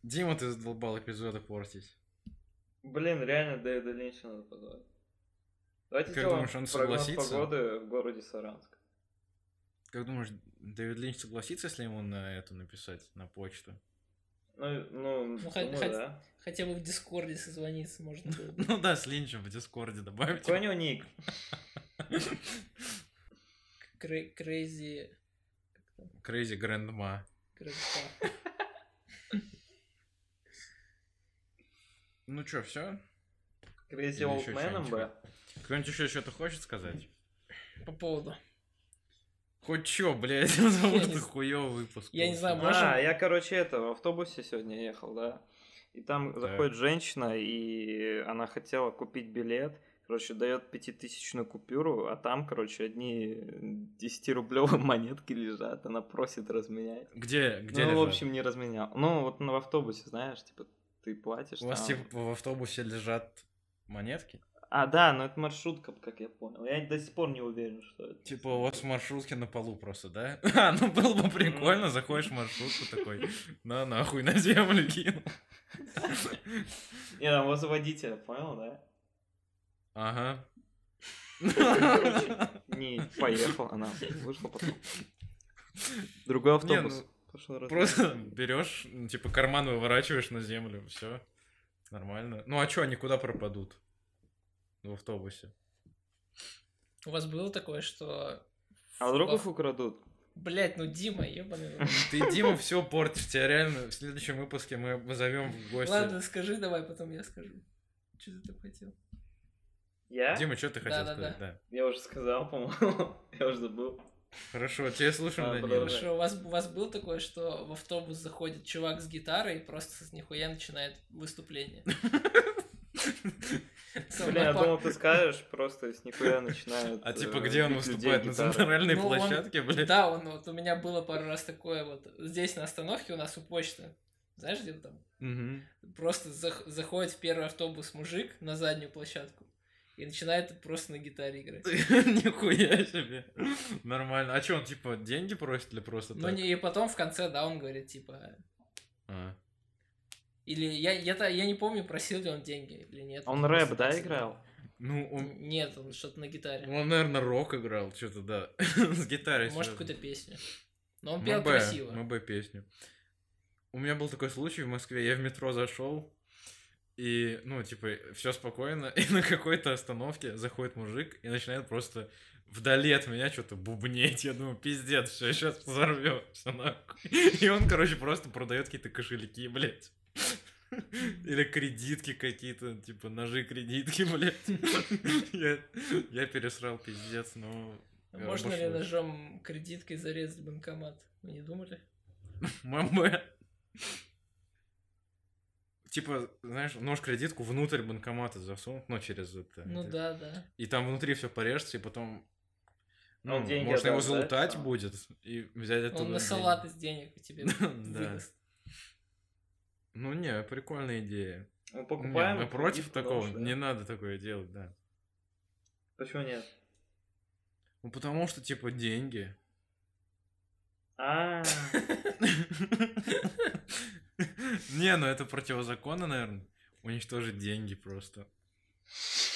[SPEAKER 1] Дима, ты задолбал эпизоды портить.
[SPEAKER 2] Блин, реально Дэвида Линча надо позвать. Давайте
[SPEAKER 1] Как
[SPEAKER 2] сделаем
[SPEAKER 1] думаешь, он
[SPEAKER 2] прогноз
[SPEAKER 1] согласится?
[SPEAKER 2] погоды в городе Саранск.
[SPEAKER 1] Как думаешь, Дэвид Линч согласится, если ему на это написать, на почту?
[SPEAKER 2] Ну, ну,
[SPEAKER 3] Ну, хоть-
[SPEAKER 2] думаю,
[SPEAKER 3] хоть-
[SPEAKER 2] да.
[SPEAKER 3] Хотя бы в Дискорде созвониться можно было. бы.
[SPEAKER 1] Ну да, с Линчем в Дискорде добавить.
[SPEAKER 2] Какой у него ник?
[SPEAKER 3] Крэ- Крейзи... как там?
[SPEAKER 1] Крейзи Грэндма.
[SPEAKER 3] Крейзи-
[SPEAKER 1] Ну чё, все?
[SPEAKER 2] Crazy
[SPEAKER 1] Или
[SPEAKER 2] Old
[SPEAKER 1] ещё
[SPEAKER 2] Man
[SPEAKER 1] что-нибудь.
[SPEAKER 2] бы.
[SPEAKER 1] Кто-нибудь еще что-то хочет сказать?
[SPEAKER 3] По поводу.
[SPEAKER 1] Хоть чё, блядь, потому
[SPEAKER 3] Я не
[SPEAKER 1] что
[SPEAKER 3] з-
[SPEAKER 1] хуёвый выпуск.
[SPEAKER 3] я не знаю,
[SPEAKER 1] получился.
[SPEAKER 3] может-
[SPEAKER 2] А, я, короче, это, в автобусе сегодня ехал, да. И там
[SPEAKER 1] Так.
[SPEAKER 2] заходит женщина, и она хотела купить билет. Короче, дает пятитысячную купюру, а там, короче, одни 10-рублевые монетки лежат. Она просит разменять.
[SPEAKER 1] А, Где, где
[SPEAKER 2] ну,
[SPEAKER 1] лежат?
[SPEAKER 2] в общем, не разменял. Ну, вот на в автобусе, знаешь, типа, ты платишь.
[SPEAKER 1] У вас
[SPEAKER 2] там.
[SPEAKER 1] типа в автобусе лежат монетки?
[SPEAKER 2] А, да, но это маршрутка, как я понял. Я до сих пор не уверен, что это.
[SPEAKER 1] Типа у вас маршрутки на полу просто, да? А, ну было бы прикольно, заходишь в маршрутку такой, на нахуй, на землю кинул.
[SPEAKER 2] Не, там возле водителя, понял, да?
[SPEAKER 1] Ага.
[SPEAKER 2] Не, поехал, она вышла потом. Другой
[SPEAKER 1] Не,
[SPEAKER 2] автобус.
[SPEAKER 1] ну,
[SPEAKER 2] Пошел раз-
[SPEAKER 1] Просто берешь, ну, типа карман выворачиваешь на землю, все. Нормально. Ну а чё, они куда пропадут? В автобусе.
[SPEAKER 3] У вас было такое, что...
[SPEAKER 2] А вдруг их украдут?
[SPEAKER 3] Блять, ну Дима, ебаный. в рот.
[SPEAKER 1] Ты, Дима, все портишь. Тебя реально в следующем выпуске мы позовем в гости.
[SPEAKER 3] Ладно, скажи давай, потом я скажу. Что ты там хотел?
[SPEAKER 2] Я?
[SPEAKER 1] Дима, что ты хотел
[SPEAKER 3] Да-да-да.
[SPEAKER 1] сказать? Да.
[SPEAKER 2] Я уже сказал, по-моему. Я уже забыл.
[SPEAKER 1] Хорошо, тебя слушаем,
[SPEAKER 2] Да,
[SPEAKER 1] Данила.
[SPEAKER 2] продолжай.
[SPEAKER 3] Хорошо, у вас, у вас был такое, что в автобус заходит чувак с гитарой и просто с нихуя начинает выступление?
[SPEAKER 2] Блин, я
[SPEAKER 1] ну,
[SPEAKER 2] думал, ты скажешь, просто с нихуя начинают.
[SPEAKER 1] А типа,
[SPEAKER 2] э,
[SPEAKER 1] где он
[SPEAKER 2] бить людей
[SPEAKER 1] выступает? На
[SPEAKER 2] гитарой.
[SPEAKER 1] центральной
[SPEAKER 3] Ну, он-
[SPEAKER 1] площадке, блядь?
[SPEAKER 3] Да, он, вот у меня было пару раз такое вот. Здесь на остановке у нас у почты. Знаешь, где там?
[SPEAKER 1] Мгм.
[SPEAKER 3] Просто зах- заходит в первый автобус мужик на заднюю площадку и начинает просто на гитаре играть.
[SPEAKER 1] Нихуя себе. Нормально. А что, он типа деньги просит или просто
[SPEAKER 3] Ну
[SPEAKER 1] так?
[SPEAKER 3] не, и потом в конце, да, он говорит, типа,
[SPEAKER 1] А.
[SPEAKER 3] Или я, я, я, я не помню, просил ли он деньги или нет.
[SPEAKER 2] Он
[SPEAKER 3] Просто
[SPEAKER 2] рэп, да,
[SPEAKER 3] просил.
[SPEAKER 2] играл?
[SPEAKER 1] Ну, он,
[SPEAKER 3] Нет, он что-то на гитаре.
[SPEAKER 1] он, наверное, рок играл, что-то, Ну, да. Ну, С гитарой.
[SPEAKER 3] Может,
[SPEAKER 1] связано.
[SPEAKER 3] какую-то песню. Но он пел
[SPEAKER 1] МБ,
[SPEAKER 3] красиво.
[SPEAKER 1] МБ песню. У меня был такой случай в Москве, я в метро зашел, И, ну, типа, все спокойно, и на какой-то остановке заходит мужик и начинает просто вдали от меня что-то бубнеть. Я думаю, пиздец, все, сейчас взорвемся, нахуй. И он, короче, просто продает какие-то кошельки, блядь. Или кредитки какие-то, типа ножи кредитки, блядь. Я, я пересрал пиздец, но...
[SPEAKER 3] А Можно ли
[SPEAKER 1] обошлось.
[SPEAKER 3] ножом кредиткой зарезать банкомат? Вы не думали?
[SPEAKER 1] Мама. Типа, знаешь, нож кредитку внутрь банкомата засунуть, ну, через это.
[SPEAKER 3] Ну
[SPEAKER 1] это.
[SPEAKER 3] да, да.
[SPEAKER 1] И там внутри все порежется, и потом.
[SPEAKER 2] Ну,
[SPEAKER 1] Ну,
[SPEAKER 2] деньги
[SPEAKER 1] можно его
[SPEAKER 2] отдаст, да,
[SPEAKER 1] залутать
[SPEAKER 2] там?
[SPEAKER 1] будет и взять оттуда.
[SPEAKER 3] Он на
[SPEAKER 1] деньги.
[SPEAKER 3] салат из денег тебе
[SPEAKER 1] Да.
[SPEAKER 3] выдаст.
[SPEAKER 1] Ну не, прикольная идея.
[SPEAKER 2] Мы
[SPEAKER 1] Не,
[SPEAKER 2] покупаем.
[SPEAKER 1] мы против
[SPEAKER 2] кредит, потому
[SPEAKER 1] такого.
[SPEAKER 2] что-
[SPEAKER 1] Не надо такое делать, да.
[SPEAKER 2] Почему нет?
[SPEAKER 1] Ну потому что, типа, деньги.
[SPEAKER 2] А,
[SPEAKER 1] Не, ну это противозаконно, наверное. Уничтожить деньги просто.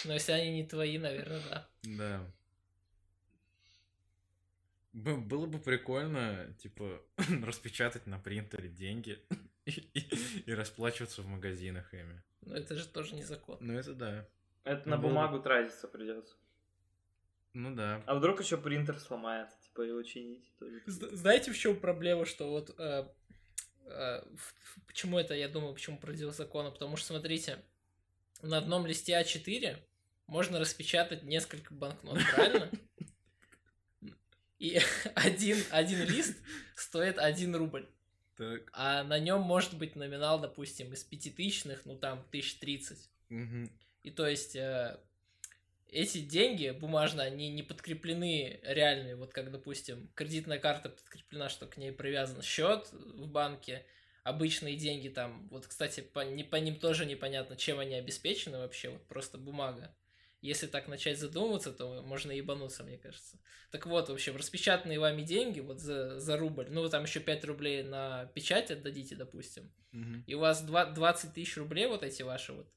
[SPEAKER 3] Но если они не твои, наверное, да.
[SPEAKER 1] Да. Бы- Было бы прикольно, типа, распечатать на принтере деньги и, и- и расплачиваться в магазинах ими.
[SPEAKER 3] Но это же тоже незаконно.
[SPEAKER 1] Ну это да.
[SPEAKER 2] это
[SPEAKER 1] Ну,
[SPEAKER 2] на
[SPEAKER 1] было бы.
[SPEAKER 2] бумагу тратиться придется.
[SPEAKER 1] Ну да.
[SPEAKER 2] А вдруг еще принтер сломается, типа его чинить. тоже.
[SPEAKER 3] З- Знаете, в чем проблема, что вот э, э, в- в- почему это, я думаю, почему противозаконно? Потому что, смотрите, на одном листе А4 можно распечатать несколько банкнот, правильно? И один, один лист стоит 1 рубль,
[SPEAKER 1] Так.
[SPEAKER 3] а на нем может быть номинал, допустим, из пятитысячных, ну там, тысяч тридцать.
[SPEAKER 1] мгм.
[SPEAKER 3] И то есть э, эти деньги бумажные, они не подкреплены реальные. Вот как, допустим, кредитная карта подкреплена, что к ней привязан счет в банке. Обычные деньги там, вот, кстати, по, не, по ним тоже непонятно, чем они обеспечены вообще, вот просто бумага. Если так начать задумываться, то можно ебануться, мне кажется. Так вот, в общем, распечатанные вами деньги вот за, за рубль, ну, вы там еще 5 рублей на печать отдадите, допустим,
[SPEAKER 1] Мгм.
[SPEAKER 3] и у вас два- 20 тысяч рублей, вот эти ваши вот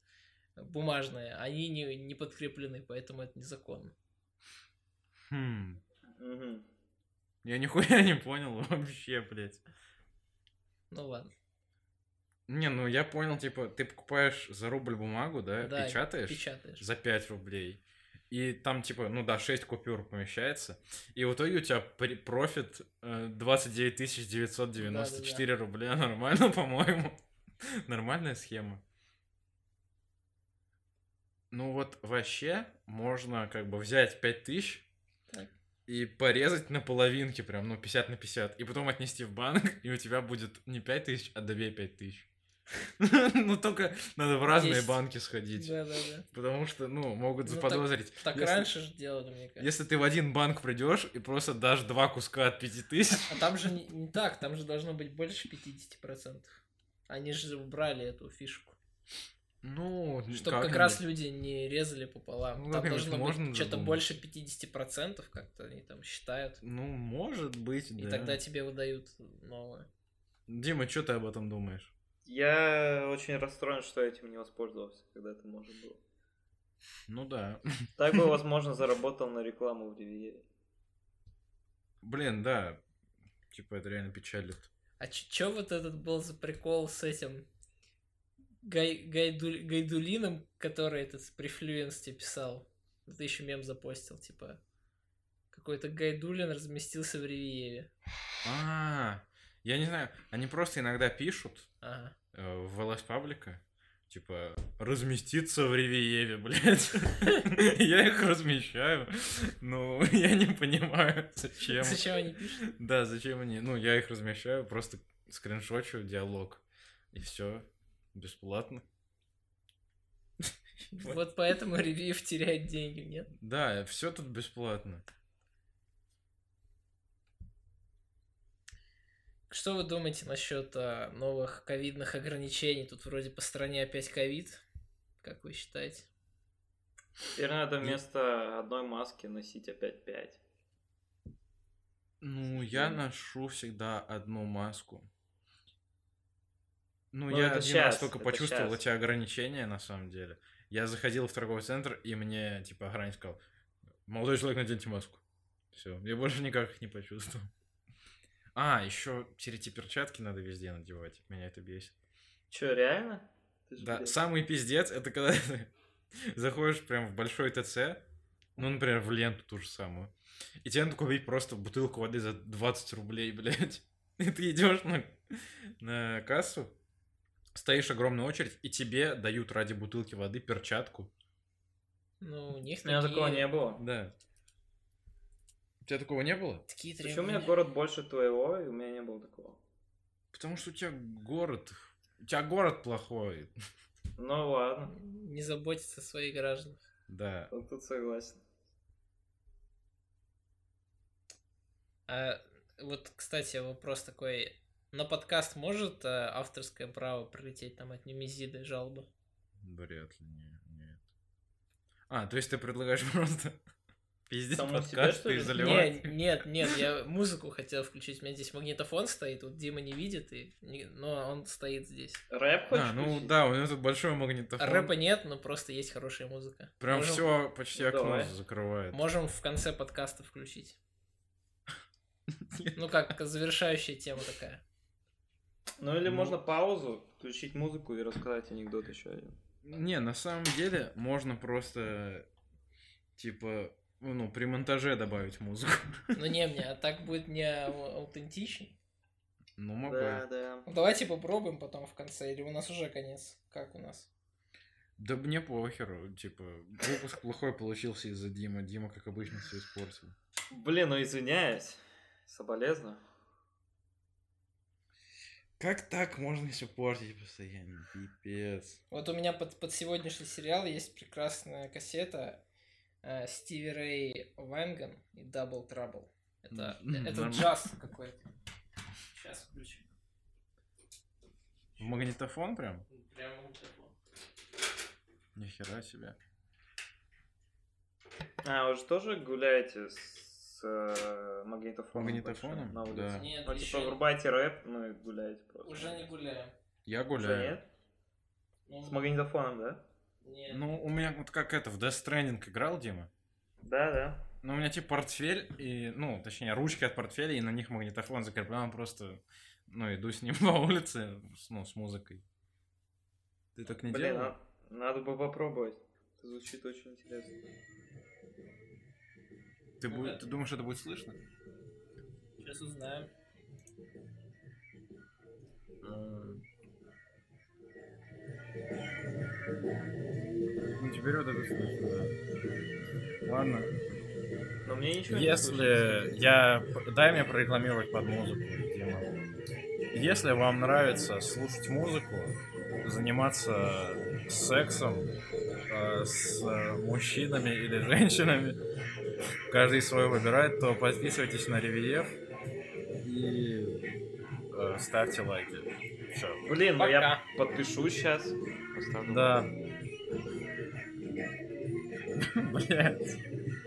[SPEAKER 3] бумажные, они не, не подкреплены, поэтому это незаконно.
[SPEAKER 1] Хм.
[SPEAKER 2] Мгм.
[SPEAKER 1] Я нихуя не понял вообще, блядь.
[SPEAKER 3] Ну ладно,
[SPEAKER 1] Не, ну я понял, типа, ты покупаешь за рубль бумагу, да,
[SPEAKER 3] Да, и
[SPEAKER 1] печатаешь
[SPEAKER 3] печатаешь.
[SPEAKER 1] за 5 рублей. И там, типа, ну да, 6 купюр помещается. И в итоге у тебя при- профит э, 29 994 рубля. Нормально, по-моему. Нормальная схема. Ну вот вообще можно как бы взять 5000
[SPEAKER 3] Так.
[SPEAKER 1] и порезать на половинки прям, ну 50 на 50, и потом отнести в банк, и у тебя будет не 5000, а 2000. Ну только надо в разные
[SPEAKER 3] 10.
[SPEAKER 1] банки сходить.
[SPEAKER 3] Да, да, да.
[SPEAKER 1] Потому что, ну, могут
[SPEAKER 3] Ну,
[SPEAKER 1] заподозрить.
[SPEAKER 3] Так
[SPEAKER 1] Если-
[SPEAKER 3] раньше же делали, мне кажется.
[SPEAKER 1] Если ты в один банк придешь и просто дашь два куска от пяти тысяч,
[SPEAKER 3] А там же не, не так, там же должно быть больше 50%. Они же убрали эту фишку.
[SPEAKER 1] ну,
[SPEAKER 3] Чтобы как, раз люди не резали
[SPEAKER 1] Ну,
[SPEAKER 3] пополам. там
[SPEAKER 1] как-нибудь
[SPEAKER 3] должно
[SPEAKER 1] можно
[SPEAKER 3] быть что-то
[SPEAKER 1] задумать.
[SPEAKER 3] больше 50%, как-то они там считают.
[SPEAKER 1] Ну, может быть,
[SPEAKER 3] И
[SPEAKER 1] да.
[SPEAKER 3] тогда тебе выдают новое.
[SPEAKER 1] Дима, что ты об этом думаешь?
[SPEAKER 2] Я очень расстроен, что этим не воспользовался, когда это можно было.
[SPEAKER 1] Ну да.
[SPEAKER 2] Так бы, возможно, заработал на рекламу в DVD.
[SPEAKER 1] Блин, да. Типа, это реально печалит.
[SPEAKER 3] А чё вот этот был за прикол с этим Гай- Гайду- Гайдулином, который этот при Флюенсте писал? Ты еще мем запостил, типа какой-то Гайдулин разместился в Ривьере.
[SPEAKER 1] А, я не знаю, они просто иногда пишут
[SPEAKER 3] Ага.
[SPEAKER 1] э, в ЛС Паблика, типа, разместиться в Ривиеве, блядь. Я их размещаю, но я не понимаю, зачем.
[SPEAKER 3] Зачем они пишут?
[SPEAKER 1] Да, зачем они? Ну, я их размещаю, просто скриншочу диалог. И все. Бесплатно.
[SPEAKER 3] Вот поэтому Ревьев теряет деньги, нет?
[SPEAKER 1] Да, все тут бесплатно.
[SPEAKER 3] Что вы думаете насчет а, новых ковидных ограничений? Тут вроде по стране опять ковид. Как вы считаете?
[SPEAKER 2] Теперь надо
[SPEAKER 1] Ну.
[SPEAKER 2] вместо одной маски носить опять пять.
[SPEAKER 1] Ну, я ношу всегда одну маску. Ну,
[SPEAKER 2] Ну,
[SPEAKER 1] я
[SPEAKER 2] это
[SPEAKER 1] один раз
[SPEAKER 2] щас,
[SPEAKER 1] только
[SPEAKER 2] это
[SPEAKER 1] почувствовал
[SPEAKER 2] щас.
[SPEAKER 1] эти ограничения, на самом деле. Я заходил в торговый центр, и мне, типа, охранник сказал, молодой человек, наденьте маску. Все, я больше никак их не почувствовал. А, еще эти перчатки надо везде надевать. Меня это бесит.
[SPEAKER 2] Че, реально? Ты ж,
[SPEAKER 1] Да,
[SPEAKER 2] блядь.
[SPEAKER 1] самый пиздец, это когда ты заходишь прям в большой ТЦ, ну, например, в ленту ту же самую, и тебе надо купить просто бутылку воды за 20 рублей, блядь. И ты идешь на, на кассу, стоишь огромную очередь, и тебе дают ради бутылки воды перчатку.
[SPEAKER 3] Ну, у них
[SPEAKER 2] У меня
[SPEAKER 3] такие-
[SPEAKER 2] такого не было.
[SPEAKER 1] Да. У тебя такого не было?
[SPEAKER 3] такие
[SPEAKER 2] Почему у меня
[SPEAKER 3] требования.
[SPEAKER 2] город больше твоего, и у меня не было такого?
[SPEAKER 1] Потому что у тебя город... У тебя город плохой.
[SPEAKER 2] Ну ладно,
[SPEAKER 3] Не заботиться о своих гражданах.
[SPEAKER 1] Да.
[SPEAKER 2] вот тут согласен.
[SPEAKER 3] А, вот, кстати, вопрос такой. На подкаст может э, авторское право прилететь там от Немезиды жалоба?
[SPEAKER 1] Вряд ли. не- Нет. А, то есть ты предлагаешь просто пиздить
[SPEAKER 2] Самому себе,
[SPEAKER 1] подкаст
[SPEAKER 2] что ли?
[SPEAKER 1] и заливать?
[SPEAKER 3] Не, нет, нет, я музыку хотел включить. У меня здесь магнитофон стоит, вот Дима не видит, и... не- но он стоит здесь.
[SPEAKER 2] Рэп хочешь
[SPEAKER 1] А, ну
[SPEAKER 2] включить?
[SPEAKER 1] да, у него тут большой магнитофон.
[SPEAKER 3] Рэпа нет, но просто есть хорошая музыка.
[SPEAKER 1] А Прям
[SPEAKER 3] Можем-
[SPEAKER 1] все почти окно
[SPEAKER 2] Ну, Давай.
[SPEAKER 1] закрывает.
[SPEAKER 3] Можем в конце подкаста включить. Ну, как завершающая тема такая.
[SPEAKER 2] Ну или
[SPEAKER 1] Ну.
[SPEAKER 2] можно паузу, включить музыку и рассказать анекдот еще один.
[SPEAKER 1] Не, на самом деле можно просто типа ну при монтаже добавить музыку.
[SPEAKER 3] Ну, не мне, а так будет не аутентичней.
[SPEAKER 1] Ну могу.
[SPEAKER 2] Да,
[SPEAKER 1] Да.
[SPEAKER 2] да.
[SPEAKER 3] Ну, Давайте попробуем потом в конце, или у нас уже конец. Как у нас?
[SPEAKER 1] мне похеру, типа выпуск плохой получился из-за Дима. Дима как обычно все испортил.
[SPEAKER 2] Блин, ну извиняюсь. Соболезно.
[SPEAKER 1] Как так можно все портить постоянно? Пипец.
[SPEAKER 3] Вот у меня под, под сегодняшний сериал есть прекрасная кассета э, Стиви Рэй Ванган и Дабл Трабл. Это, э,
[SPEAKER 1] М,
[SPEAKER 3] это
[SPEAKER 1] норм.
[SPEAKER 3] джаз какой-то. Сейчас включим.
[SPEAKER 1] В магнитофон прям?
[SPEAKER 3] Прямо вот так вот.
[SPEAKER 1] Нихера себе.
[SPEAKER 2] А, вы же тоже гуляете с э, магнитофоном?
[SPEAKER 1] Магнитофоном?
[SPEAKER 2] большим На улице?
[SPEAKER 1] Да.
[SPEAKER 3] Нет,
[SPEAKER 2] Ну,
[SPEAKER 3] еще
[SPEAKER 2] типа, врубайте рэп, ну и гуляете просто.
[SPEAKER 3] уже не гуляем.
[SPEAKER 1] Я
[SPEAKER 2] Уже
[SPEAKER 1] гуляю.
[SPEAKER 2] нет?
[SPEAKER 3] Ну,
[SPEAKER 2] С магнитофоном, да?
[SPEAKER 3] нет.
[SPEAKER 1] Ну, у меня вот как это, в Death Stranding играл, Дима?
[SPEAKER 2] Да, да.
[SPEAKER 1] Ну, у меня типа портфель, и, ну, точнее, ручки от портфеля, и на них магнитофон закреплен, просто, ну, иду с ним по улице, с- ну, с музыкой. Ты так не
[SPEAKER 2] Блин,
[SPEAKER 1] делал?
[SPEAKER 2] а- надо бы попробовать. Это Звучит очень интересно.
[SPEAKER 1] Ты,
[SPEAKER 3] Ну
[SPEAKER 1] бу-
[SPEAKER 3] да.
[SPEAKER 1] ты думаешь, это будет слышно?
[SPEAKER 3] Сейчас узнаем.
[SPEAKER 1] Ну, Ну, теперь вот это слышно, да. Ладно.
[SPEAKER 2] Но мне ничего не
[SPEAKER 1] Если я... Дай мне прорекламировать под музыку, Дима. Если вам нравится слушать музыку, заниматься сексом э, с э, мужчинами или женщинами, каждый свой выбирает, то подписывайтесь на Ревиев и э, ставьте лайки. Все.
[SPEAKER 2] Блин, ну я подпишу сейчас.
[SPEAKER 1] Да. Блять.